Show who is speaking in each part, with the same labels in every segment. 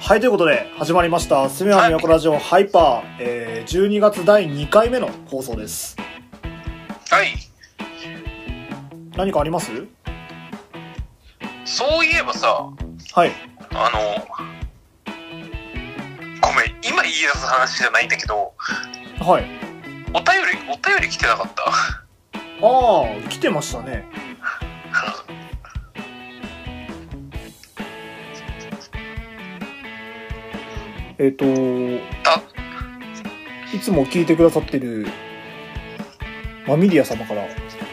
Speaker 1: はい、ということで、始まりました、すみまみやこラジオハイパー、えー、12月第2回目の放送です。
Speaker 2: はい。
Speaker 1: 何かあります
Speaker 2: そういえばさ、
Speaker 1: はい。
Speaker 2: あの、ごめん、今言い出す話じゃないんだけど、
Speaker 1: はい。
Speaker 2: お便り、お便り来てなかった。
Speaker 1: ああ、来てましたね。えっ、と
Speaker 2: あ
Speaker 1: いつも聞いてくださってるマミリア様からい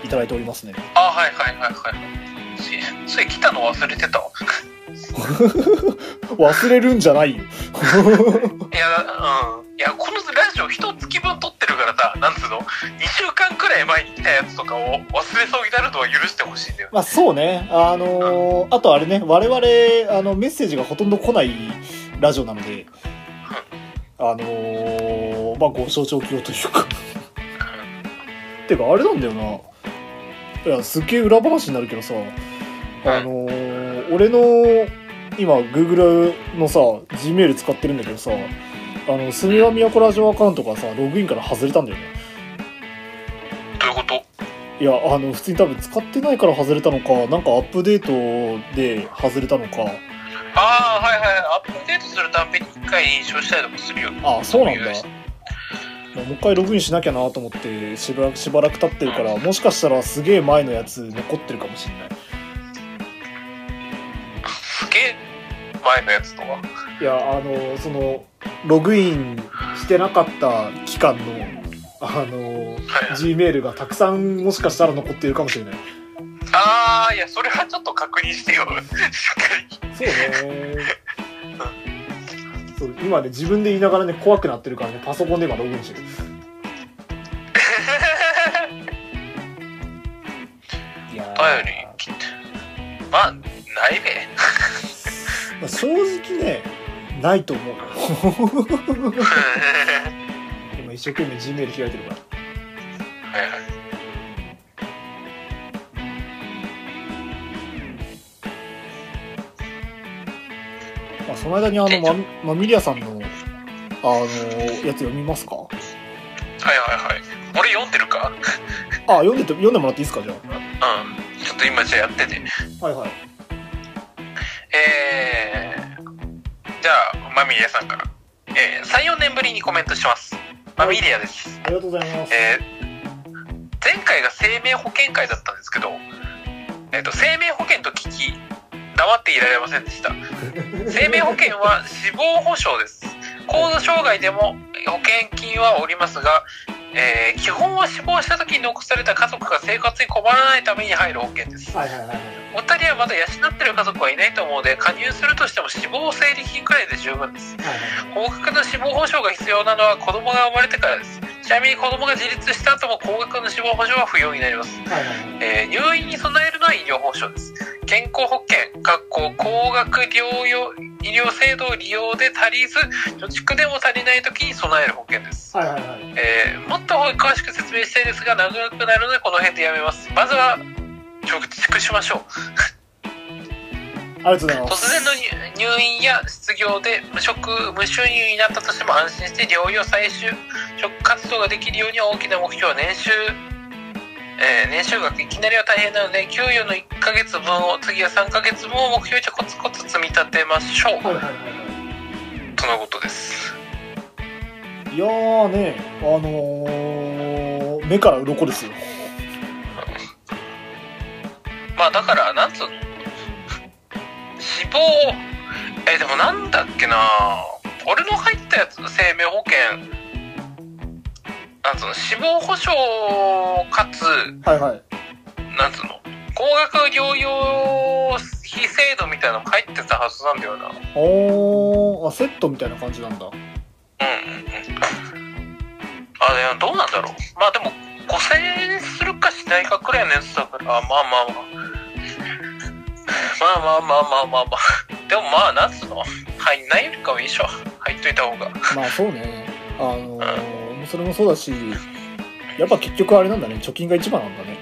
Speaker 1: ただいておりますね。
Speaker 2: あ、はいはいはいはい。それそれ来たの忘れてた。
Speaker 1: 忘れるんじゃないよ。
Speaker 2: いや、うん。いや、このラジオ一月分撮ってるからさ、なんつうの、2週間くらい前に来たやつとかを忘れそうになるのは許してほしいんだよ。
Speaker 1: まあそうね。あのーあとあれね、我々、あの、メッセージがほとんど来ないラジオなので、あのーまあご承知おきをというか。てか、あれなんだよな。いや、すっげえ裏話になるけどさ、あのー俺の、今、Google のさ、Gmail 使ってるんだけどさ、あの、すみわみやこラジオアカウントがさ、ログインから外れたんだよね。
Speaker 2: どういうこと
Speaker 1: いやあの普通に多分使ってないから外れたのかなんかアップデートで外れたのか
Speaker 2: ああ、はいはい。アップデートするたんびに一回認証したりとかするよ。
Speaker 1: あそうなんだ
Speaker 2: そういう
Speaker 1: もう一回ログインしなきゃなと思ってしばらくしばらく経ってるからもしかしたらすげえ前のやつ残ってるかもしれない
Speaker 2: すげえ前のやつとは。
Speaker 1: いやあのそのログインしてなかった期間のあの
Speaker 2: はい
Speaker 1: G メールがたくさんもしかしたら残ってるかもしれない
Speaker 2: ああ、いや、それはちょっと確認してよ。しっかり。
Speaker 1: そうねそう今ね自分で言いながらね怖くなってるからねパソコンで今ログインしてるいやー
Speaker 2: 頼り切って。まあ、ないべ。
Speaker 1: まあ正直ねないと思う
Speaker 2: は
Speaker 1: 今一生懸命 G メール開いてるから
Speaker 2: いはい。
Speaker 1: まあ、その間にあの
Speaker 2: え
Speaker 1: マミマミリアさんのあのやつ読みますか
Speaker 2: はいはいはい。俺読んでるか
Speaker 1: あ読んでて読んでもらっていいですかじゃ
Speaker 2: うん。ちょっと今じゃあやってて。
Speaker 1: あはいはい
Speaker 2: えー、じゃあ、マミリアさんから。えー、3、4年ぶりにコメントします。マミリアです。
Speaker 1: ありがとうございます
Speaker 2: えー前回が生命保険会だったんですけど、えー、と生命保険と聞き黙っていられませんでした生命保険は死亡保障です高度障害でも保険金はおりますが、えー基本は死亡した時に残された家族が生活に困らないために入る保険です
Speaker 1: はいはいはいはい
Speaker 2: お二人はまだ養ってる家族はいないと思うので加入するとしても死亡整理金くらいで十分です
Speaker 1: はいはい
Speaker 2: 高額の死亡保障が必要なのは子供が生まれてからですちなみに子供が自立した後も高額の死亡保障は不要になります、
Speaker 1: はいはいはい
Speaker 2: えー入院に備えるのは医療保障です健康保険学校高額療養医療制度を利用で足りず貯蓄でも足りない時に備える保険です、
Speaker 1: はいはいはい
Speaker 2: えーもっと詳しく説明したいですが長くなるのでこの辺でやめますまずは貯蓄しましょう
Speaker 1: ありがとうございま
Speaker 2: 突
Speaker 1: す
Speaker 2: 然の入入院や失業で無職無収入になったとしても安心して療養再就職活動ができるように大きな目標は年収、えー年収額いきなりは大変なので給与の1ヶ月分を次は3ヶ月分を目標にコツコツ積み立てましょう
Speaker 1: はいはいはいはい
Speaker 2: とのことです
Speaker 1: いやーね、あのー、目から鱗ですよ。
Speaker 2: まあだからなんつうの死亡えーでもなんだっけな俺の入ったやつ生命保険なんつうの死亡保障かつ
Speaker 1: はいはい。
Speaker 2: なんつうの高額療養費制度みたいなのも入ってたはずなんだよなうんうん
Speaker 1: おー、あ、セットみたいな感じなんだ。
Speaker 2: うんあでもどうなんだろうまあでも5000円するかしないかくらいのやつだからあまあまあまあまあまあまあまあまあまあでもまあなんつうの入んないよりかはいいでしょ入っといた方が
Speaker 1: まあそうね。あのー、それもそうだし、やっぱ結局あれなんだね、貯金が一番なんだね。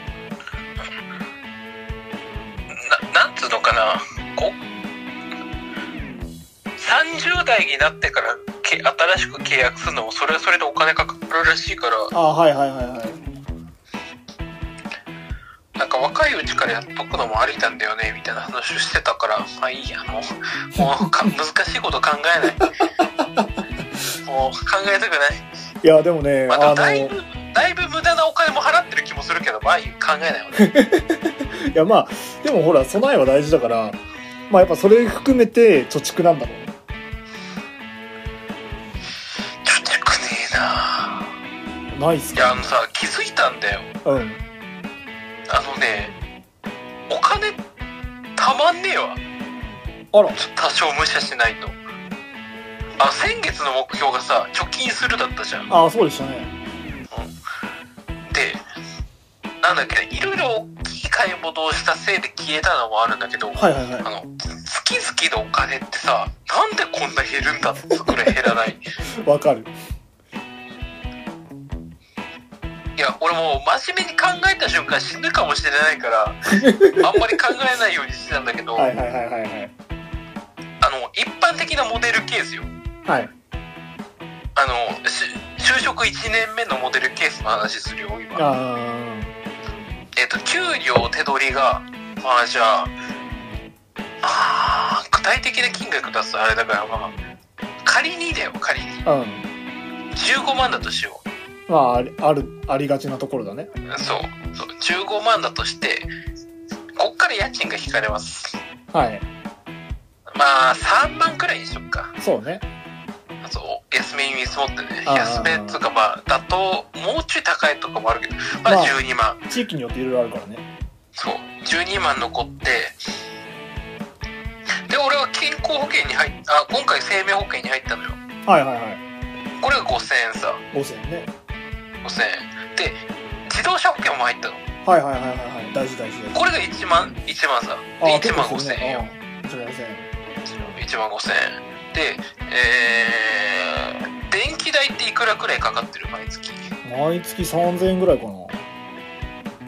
Speaker 2: ななんつうのかなこ3 40代になってからけ新しく契約するのもそれはそれでお金かかるらしいから
Speaker 1: ああはいはいはいはい
Speaker 2: なんか若いうちからやっとくのもありなんだよねみたいな話をしてたからまあいいやもうもうか難しいこと考えないもう考えたくない
Speaker 1: いやでもね、
Speaker 2: まあでも
Speaker 1: あ
Speaker 2: だい
Speaker 1: の
Speaker 2: ぶだいぶ無駄なお金も払ってる気もするけどまあいい考えないよね
Speaker 1: いやまあでもほら備えは大事だからまあやっぱそれ含めて貯蓄なんだろうね
Speaker 2: 貯蓄ねえなあ
Speaker 1: ないっす
Speaker 2: いやあ
Speaker 1: か
Speaker 2: のさ気づいたんだよ
Speaker 1: うん
Speaker 2: あのねお金たまんねえわ
Speaker 1: あら
Speaker 2: ちょっと多少無視しないとあ先月の目標がさ貯金するだったじゃんで
Speaker 1: ああそうでしたね
Speaker 2: なんだっけいろいろ大きい買い物をしたせいで消えたのもあるんだけど、
Speaker 1: はいはいはい
Speaker 2: あの月々のお金ってさなんでこんな減るんだってそこら減らない
Speaker 1: わかる
Speaker 2: いや俺もう真面目に考えた瞬間死ぬかもしれないか らあんまり考えないようにしてたんだけど、
Speaker 1: はいはいはいはいはい
Speaker 2: あの一般的なモデルケースよ
Speaker 1: はい
Speaker 2: あのし就職1年目のモデルケースの話するよ今
Speaker 1: あ
Speaker 2: えっと給料手取りがまあじゃああー具体的な金額出すとあれだからまあ仮にだよ仮に
Speaker 1: あうん
Speaker 2: 15万だとしよ
Speaker 1: まあありあるありがちなところだね
Speaker 2: うそうそう15万だとしてこっから家賃が引かれます
Speaker 1: はい
Speaker 2: まあ3万くらいにしよっか
Speaker 1: そうね
Speaker 2: そう休み見積もってね
Speaker 1: あー
Speaker 2: 安めっつうかまあだともうちょい高いとかもあるけどま
Speaker 1: ま
Speaker 2: あ
Speaker 1: あ
Speaker 2: 12万
Speaker 1: 地域によっていろいろあるからね
Speaker 2: そう12万残ってで俺は健康保険に入っあ今回生命保険に入ったのよ
Speaker 1: はいはいはい
Speaker 2: これが5000円さ
Speaker 1: 5000円ね
Speaker 2: 5000円で自動車保険も入ったの
Speaker 1: はいはいはいはいはい大事大事大事
Speaker 2: これが1万1万さ
Speaker 1: あ
Speaker 2: で
Speaker 1: あ結
Speaker 2: 1
Speaker 1: 構
Speaker 2: 万
Speaker 1: す
Speaker 2: 5000
Speaker 1: る
Speaker 2: 円よ
Speaker 1: ねうん1万5000円
Speaker 2: 1万5000円でえー、電気代っていくらくらいかかってる毎月じゃ
Speaker 1: 毎月3000円ぐらいかな
Speaker 2: あ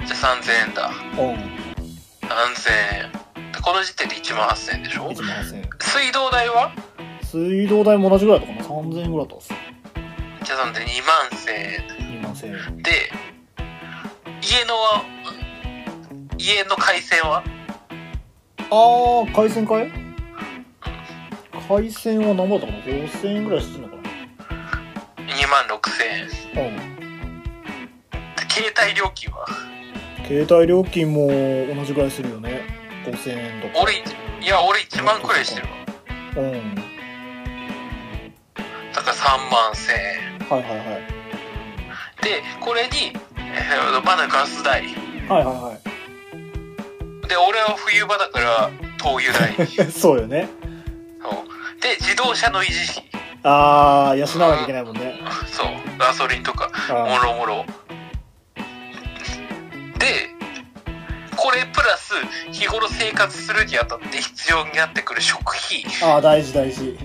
Speaker 2: 3000円だ
Speaker 1: うん
Speaker 2: 3000円でこの時点で1万8000円でしょ
Speaker 1: 1万8000円
Speaker 2: 水道代は
Speaker 1: 水道代も同じぐらいだったかな3000円ぐらいだったっ
Speaker 2: じゃあなんで2万1000円
Speaker 1: す2万1000円
Speaker 2: で家のは家の回線は
Speaker 1: ああ回線かい回線は何だったかな5000円ぐらいしてんのかな
Speaker 2: 2万6000円で
Speaker 1: うん
Speaker 2: 携帯料金は
Speaker 1: 携帯料金も同じぐらいするよね5000円とか
Speaker 2: 俺いや俺1万くらいしてるわ
Speaker 1: うんはい
Speaker 2: だから3万1000円
Speaker 1: はいはい
Speaker 2: でこれに、えーまだガス代で
Speaker 1: はいは
Speaker 2: 俺は冬場だから灯油代
Speaker 1: いはいそうよね
Speaker 2: そうで自動車の維持費
Speaker 1: ああ養わなきゃいけないもんね
Speaker 2: そうガソリンとかも
Speaker 1: あ
Speaker 2: ろもろでこれプラス日頃生活するにあたって必要になってくる食費
Speaker 1: ーあー大事大事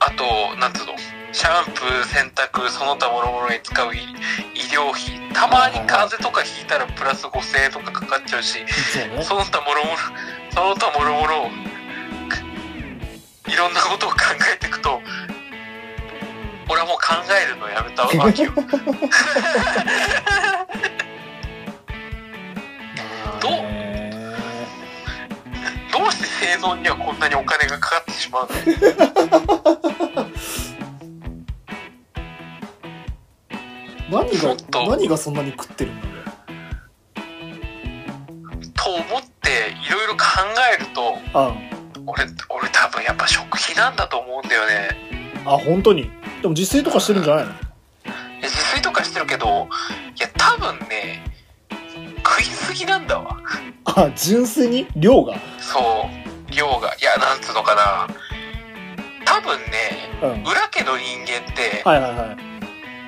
Speaker 2: あとなんつうのシャンプー洗濯その他もろもろに使う医医療費たまに風邪とかひいたらプラス5000円とかかかっちゃうし
Speaker 1: そうね
Speaker 2: その他もろもろその他もろもろいろんなことを考えていくと俺はもう考えるのやめたわけよどう
Speaker 1: ね
Speaker 2: どうして生存にはこんなにお金がかかってしまうの
Speaker 1: 何
Speaker 2: ちょ
Speaker 1: が
Speaker 2: っと
Speaker 1: 何がそんなに食ってるんだろう
Speaker 2: と思っていろいろ考えると
Speaker 1: あ
Speaker 2: 俺俺多分やっぱ食費なんだと思うんだよね
Speaker 1: あ本当にでも自炊とかしてるんじゃないの
Speaker 2: 自炊とかしてるけどいや多分ね食いすぎなんだわ
Speaker 1: あ純粋に量が
Speaker 2: そう量がいやなんつうのかな多分ね
Speaker 1: うんはい
Speaker 2: 裏家の人間って
Speaker 1: はいはい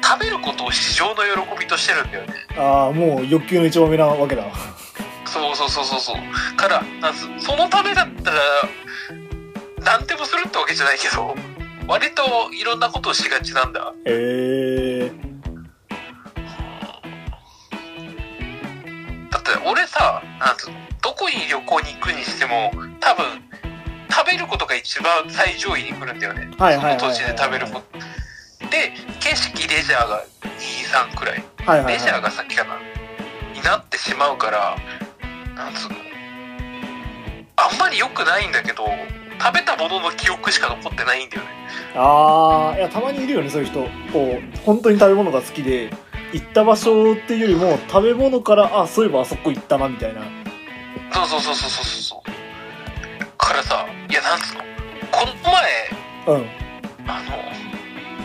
Speaker 2: 食べることを市場の喜びとしてるんだよね
Speaker 1: ああもう欲求の一番目なわけだわ
Speaker 2: そうそうそうそうそうからなんつそのためだったら何でもするってわけじゃないけど割といろんなことをしがちなんだ
Speaker 1: へえ
Speaker 2: だって俺さなんつうのどこに旅行に行くにしても多分食べることが一番最上位に来るんだよね。
Speaker 1: はいはい
Speaker 2: そ
Speaker 1: は
Speaker 2: の
Speaker 1: いはい
Speaker 2: 土地で食べるもの。で、景色、レジャーが2、3くらい。
Speaker 1: はいはい
Speaker 2: レジャー
Speaker 1: は
Speaker 2: が先かな。になってしまうから、なんつうの。あんまり良くないんだけど、食べたものの記憶しか残ってないんだよね。
Speaker 1: いああいやたまにいるよねそういう人こう本当に食べ物が好きで行った場所っていうよりも食べ物からあそういえばあそこ行ったなみたいな
Speaker 2: そうそうそうそうそうそう。だからさ、いや、なんつうの。この前、
Speaker 1: うんはい
Speaker 2: あの、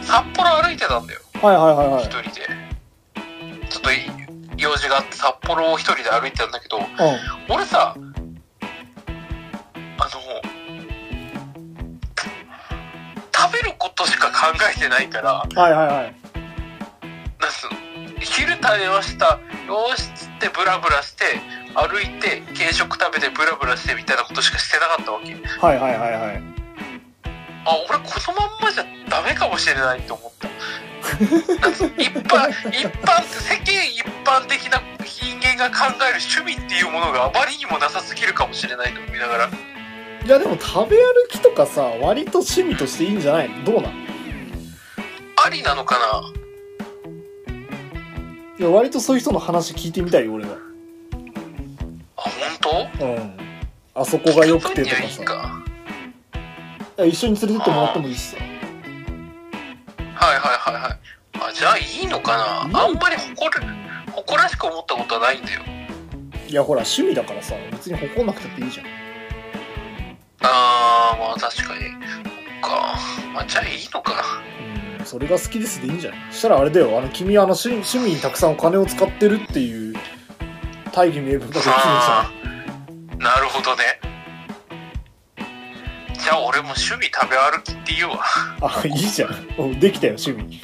Speaker 2: 札幌歩いてたんだよ。
Speaker 1: はいはいは
Speaker 2: 一人でちょっとい用事があって札幌を一人で歩いてたんだけど
Speaker 1: い
Speaker 2: 俺さあの食べることしか考えてないから
Speaker 1: うんはいはいはい
Speaker 2: なんつうの昼食べましたよーしっつってブラブラして歩いて軽食食べてブラブラしてみたいなことしかしてなかったわけ
Speaker 1: はいはいはいはい
Speaker 2: あ俺このまんまじゃダメかもしれないと思ったなんつうの一般一般世間一般的な人間が考える趣味っていうものがあまりにもなさすぎるかもしれないと思いながら
Speaker 1: いやでも食べ歩きとかさ割と趣味としていいんじゃないのどうなんい
Speaker 2: ありなのかな
Speaker 1: や割とそういう人の話聞いてみたいよ俺は
Speaker 2: あ本当
Speaker 1: うんあそこが良くてと
Speaker 2: 聞く分に
Speaker 1: か
Speaker 2: はいい
Speaker 1: さ
Speaker 2: か
Speaker 1: いや一緒に連れてってもらってもいいしさ
Speaker 2: はいはいはいはいあじゃあいいのかなあんまり誇る誇らしく思ったことはないんだよ
Speaker 1: いやほら趣味だからさ別に誇んなくたっていいじゃん
Speaker 2: あーまあ確かにそっかまあじゃあいいのかな
Speaker 1: うんそれが好きですでいいんじゃないそしたらあれだよあの君あの趣趣味にたくさんお金を使ってるっていう大義名分ができるじゃ
Speaker 2: ああなるほどねじゃあ俺も趣味食べ歩きって言うわ
Speaker 1: んあいいじゃんうんできたよ趣味
Speaker 2: い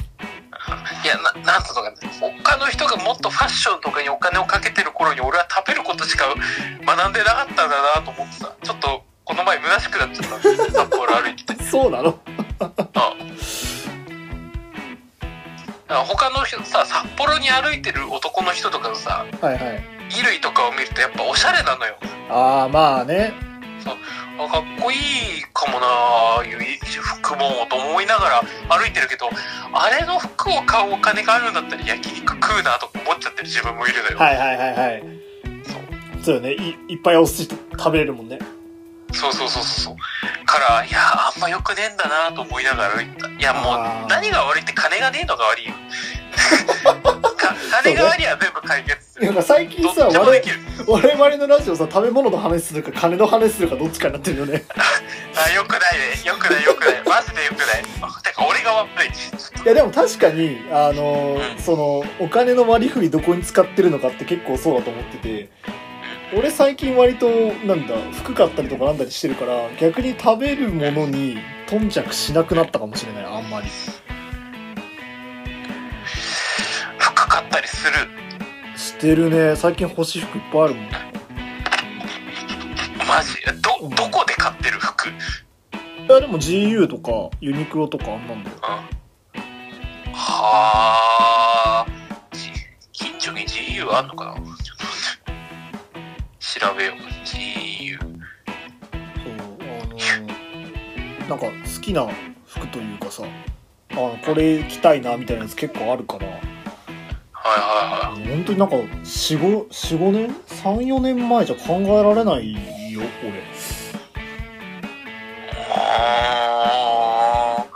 Speaker 2: やななんつうのかね他の人がもっとファッションとかにお金をかけてる頃に俺は食べることしか学んでなかったんだなと思ってさちょっとこの前虚しくなっちゃった札幌歩いてて
Speaker 1: そうなの
Speaker 2: ああ他の人さ札幌に歩いてる男の人とかのさ
Speaker 1: はいはい
Speaker 2: 衣類とかを見るとやっぱおしゃれなのよ
Speaker 1: ああまあね
Speaker 2: あかっこいいかもなああいう服もと思いながら歩いてるけどあれの服を買うお金があるんだったら焼肉食うなとか思っちゃってる自分もいるのよ、
Speaker 1: はいはいはいはいそうよねいいっぱいお寿司食べれるもんね
Speaker 2: そうそうそうそうそうからいやあんま良くねえんだなと思いながら歩いたいやも
Speaker 1: あー
Speaker 2: う何が悪いって金がねえのが悪 いよか金がありゃ全部解決する、
Speaker 1: なんか最近
Speaker 2: ど
Speaker 1: さ
Speaker 2: っちもで
Speaker 1: 我
Speaker 2: きる
Speaker 1: 我々のラジオさ食べ物の話するか金の話するかどっちかになってるよね
Speaker 2: あよくないねよくないよくないマジでよくないあてか俺が悪い
Speaker 1: いやでも確かにあのー
Speaker 2: うん
Speaker 1: そのお金の割り振りどこに使ってるのかって結構そうだと思ってて俺最近割となんだ服買ったりとかなんだりしてるから逆に食べるものに頓着しなくなったかもしれないあんまり
Speaker 2: 服買ったりする
Speaker 1: してるね最近欲しい服いっぱいあるもんい
Speaker 2: マジどどこで買ってる服
Speaker 1: やでも GU とかユニクロとかあんなんだよ
Speaker 2: はあじ近所に GU あんのかなちょっと調べよう GU
Speaker 1: そうあのーなんか好きな服というかさあのこれ着たいなみたいなやつ結構あるから
Speaker 2: はいはいはい
Speaker 1: 本当になんか45年34年前じゃ考えられないよ
Speaker 2: あ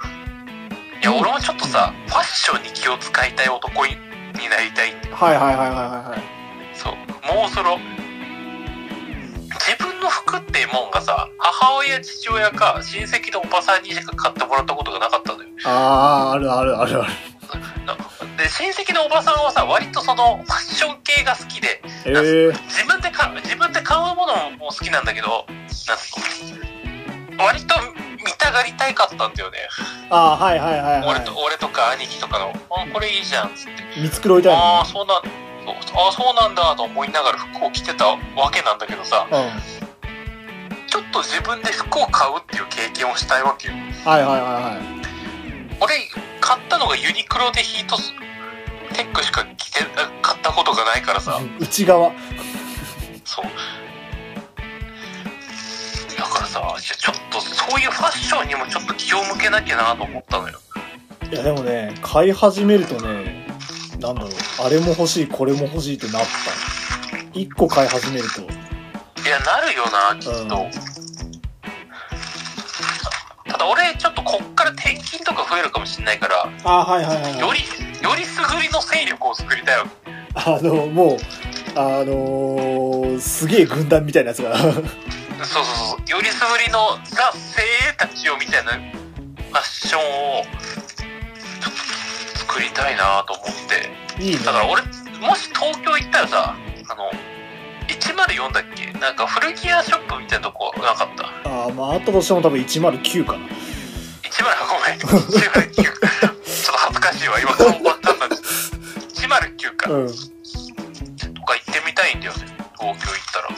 Speaker 2: ーいや俺もちょっとさファッションに気を使いたい男にになりたいんだよ
Speaker 1: 俺はいはいはいはいはいはい
Speaker 2: そうもうその自分の服ってもんがさ母親父親か親戚のおばさんにしか買ってもらったことがなかったのよ
Speaker 1: ああーあるあるあ るある
Speaker 2: で親戚のおばさんはさ割とそのファッション系が好きで
Speaker 1: ええ
Speaker 2: 自分で買う自分で買うものも好きなんだけどなんか割と見たがりたいかったんだよね、
Speaker 1: ああはいはいはいは
Speaker 2: 俺と
Speaker 1: い
Speaker 2: 俺とか兄貴とかの「あこれいいじゃん」っつって
Speaker 1: 見繕い
Speaker 2: 「
Speaker 1: たい
Speaker 2: あ
Speaker 1: の
Speaker 2: あそうなんそうあーそうなんだ」と思いながら服を着てたわけなんだけどさ
Speaker 1: うんはい
Speaker 2: ちょっと自分で服を買うっていう経験をしたいわけよ
Speaker 1: はいはいはい
Speaker 2: 俺買ったのがユニクロでヒートステックしか着てあ買ったことがないからさ
Speaker 1: うん内側
Speaker 2: そう。だからさ、いやちょっとそそういうファッションにもちょっと気を向けなきゃなと思ったのよ。
Speaker 1: いやでもね買い始めるとねなんだろうあれも欲しいこれも欲しいってなった1個買い始めると
Speaker 2: いや、なるよな、きっ
Speaker 1: うん
Speaker 2: と。ただ俺、ちょっとこっから転勤とか増えるかもしれないから、
Speaker 1: あはいはいはい、
Speaker 2: よ
Speaker 1: はい、
Speaker 2: り、よりすぐりの勢力を作りたいわけ。
Speaker 1: あのもうあのー、すげえ軍団みたいなやつが
Speaker 2: そうそうそう。よりすぐりのザ・精鋭たちをみたいなファッションを、ちょっと作りたいなと思って。
Speaker 1: いいね
Speaker 2: だから俺、もし東京行ったらさ、あの、104だっけなんか古着屋ショップみたいなとこなかった。
Speaker 1: あーまああったとしても多分109かな
Speaker 2: 109ごめん109ちょっと恥ずかしいわ今顔ばっかになっちゃった109か
Speaker 1: うん
Speaker 2: とか行ってみたいんだよね東京行ったら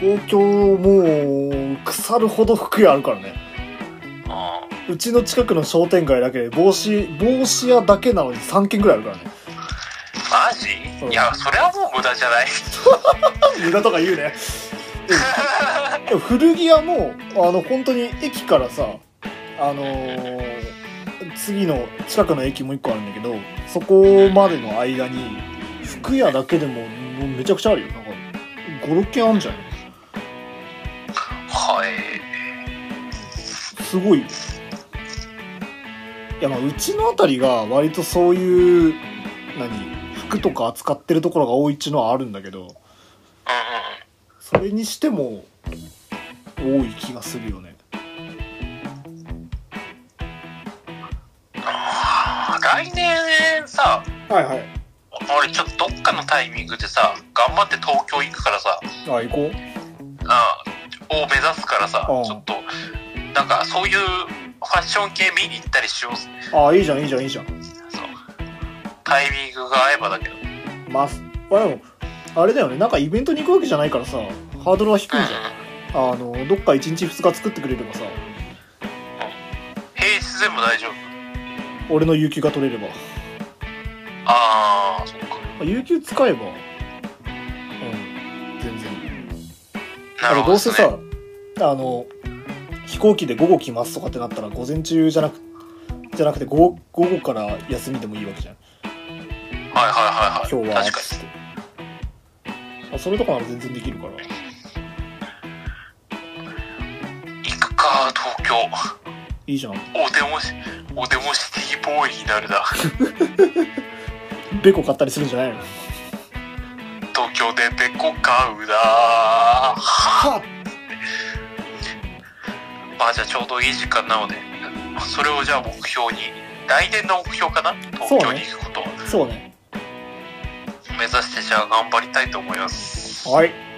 Speaker 1: 東京もう腐るほど服屋あるからね
Speaker 2: あ
Speaker 1: うちの近くの商店街だけで帽子帽子屋だけなのに3軒ぐらいあるからね
Speaker 2: あマジ
Speaker 1: うん
Speaker 2: いやそれはもう無駄じゃない
Speaker 1: 無駄とか言うねでも古着屋もあの本当に駅からさあのー次の近くの駅もう一個あるんだけどそこまでの間に服屋だけでももうめちゃくちゃあるよなんか56軒あるんじゃない
Speaker 2: はい
Speaker 1: すごいよいやまあうちの辺りが割とそういう何服とか扱ってるところが多いっちゅうのはあるんだけどそれにしても多い気がするよね
Speaker 2: うんうんあー来年さ
Speaker 1: はいはい
Speaker 2: 俺ちょっとどっかのタイミングでさ頑張って東京行くからさ
Speaker 1: あ行こう
Speaker 2: あーを目指すからさ
Speaker 1: うん
Speaker 2: ちょっとなんかそういうファッション系見に行ったりしよう
Speaker 1: あいいじゃんいいじゃんいいじゃん
Speaker 2: そうタイミングが合えばだけど
Speaker 1: まあすあでもあれだよねなんかイベントに行くわけじゃないからさハードルは低いじゃんあのどっか1日2日作ってくれればさ
Speaker 2: 平日でも大丈夫
Speaker 1: 俺の有給が取れれば
Speaker 2: ああそっか
Speaker 1: まあ有給使えばうん全然
Speaker 2: な
Speaker 1: あ
Speaker 2: る
Speaker 1: の
Speaker 2: ほ
Speaker 1: どう
Speaker 2: どです
Speaker 1: せ
Speaker 2: ね
Speaker 1: さあの飛行機で午後来ますとかってなったら午前中じゃなくじゃなくて午後午後から休みでもいいわけじゃん
Speaker 2: はいはい
Speaker 1: 今
Speaker 2: はい
Speaker 1: 日
Speaker 2: は
Speaker 1: はい
Speaker 2: 確か
Speaker 1: つってあそれとかなら全然できるから
Speaker 2: に行くか東京
Speaker 1: いいじゃん
Speaker 2: おでもしおでもシティボーイになるな
Speaker 1: ベコ買ったりするんじゃないの
Speaker 2: 東京でべこ買うな
Speaker 1: は
Speaker 2: まあじゃあちょうどいい時間なのでそれをじゃあ目標に来年の目標かな
Speaker 1: そう
Speaker 2: 東京
Speaker 1: ね
Speaker 2: に行くことを
Speaker 1: っそうね
Speaker 2: 目指してじゃあ頑張りたいと思います
Speaker 1: はい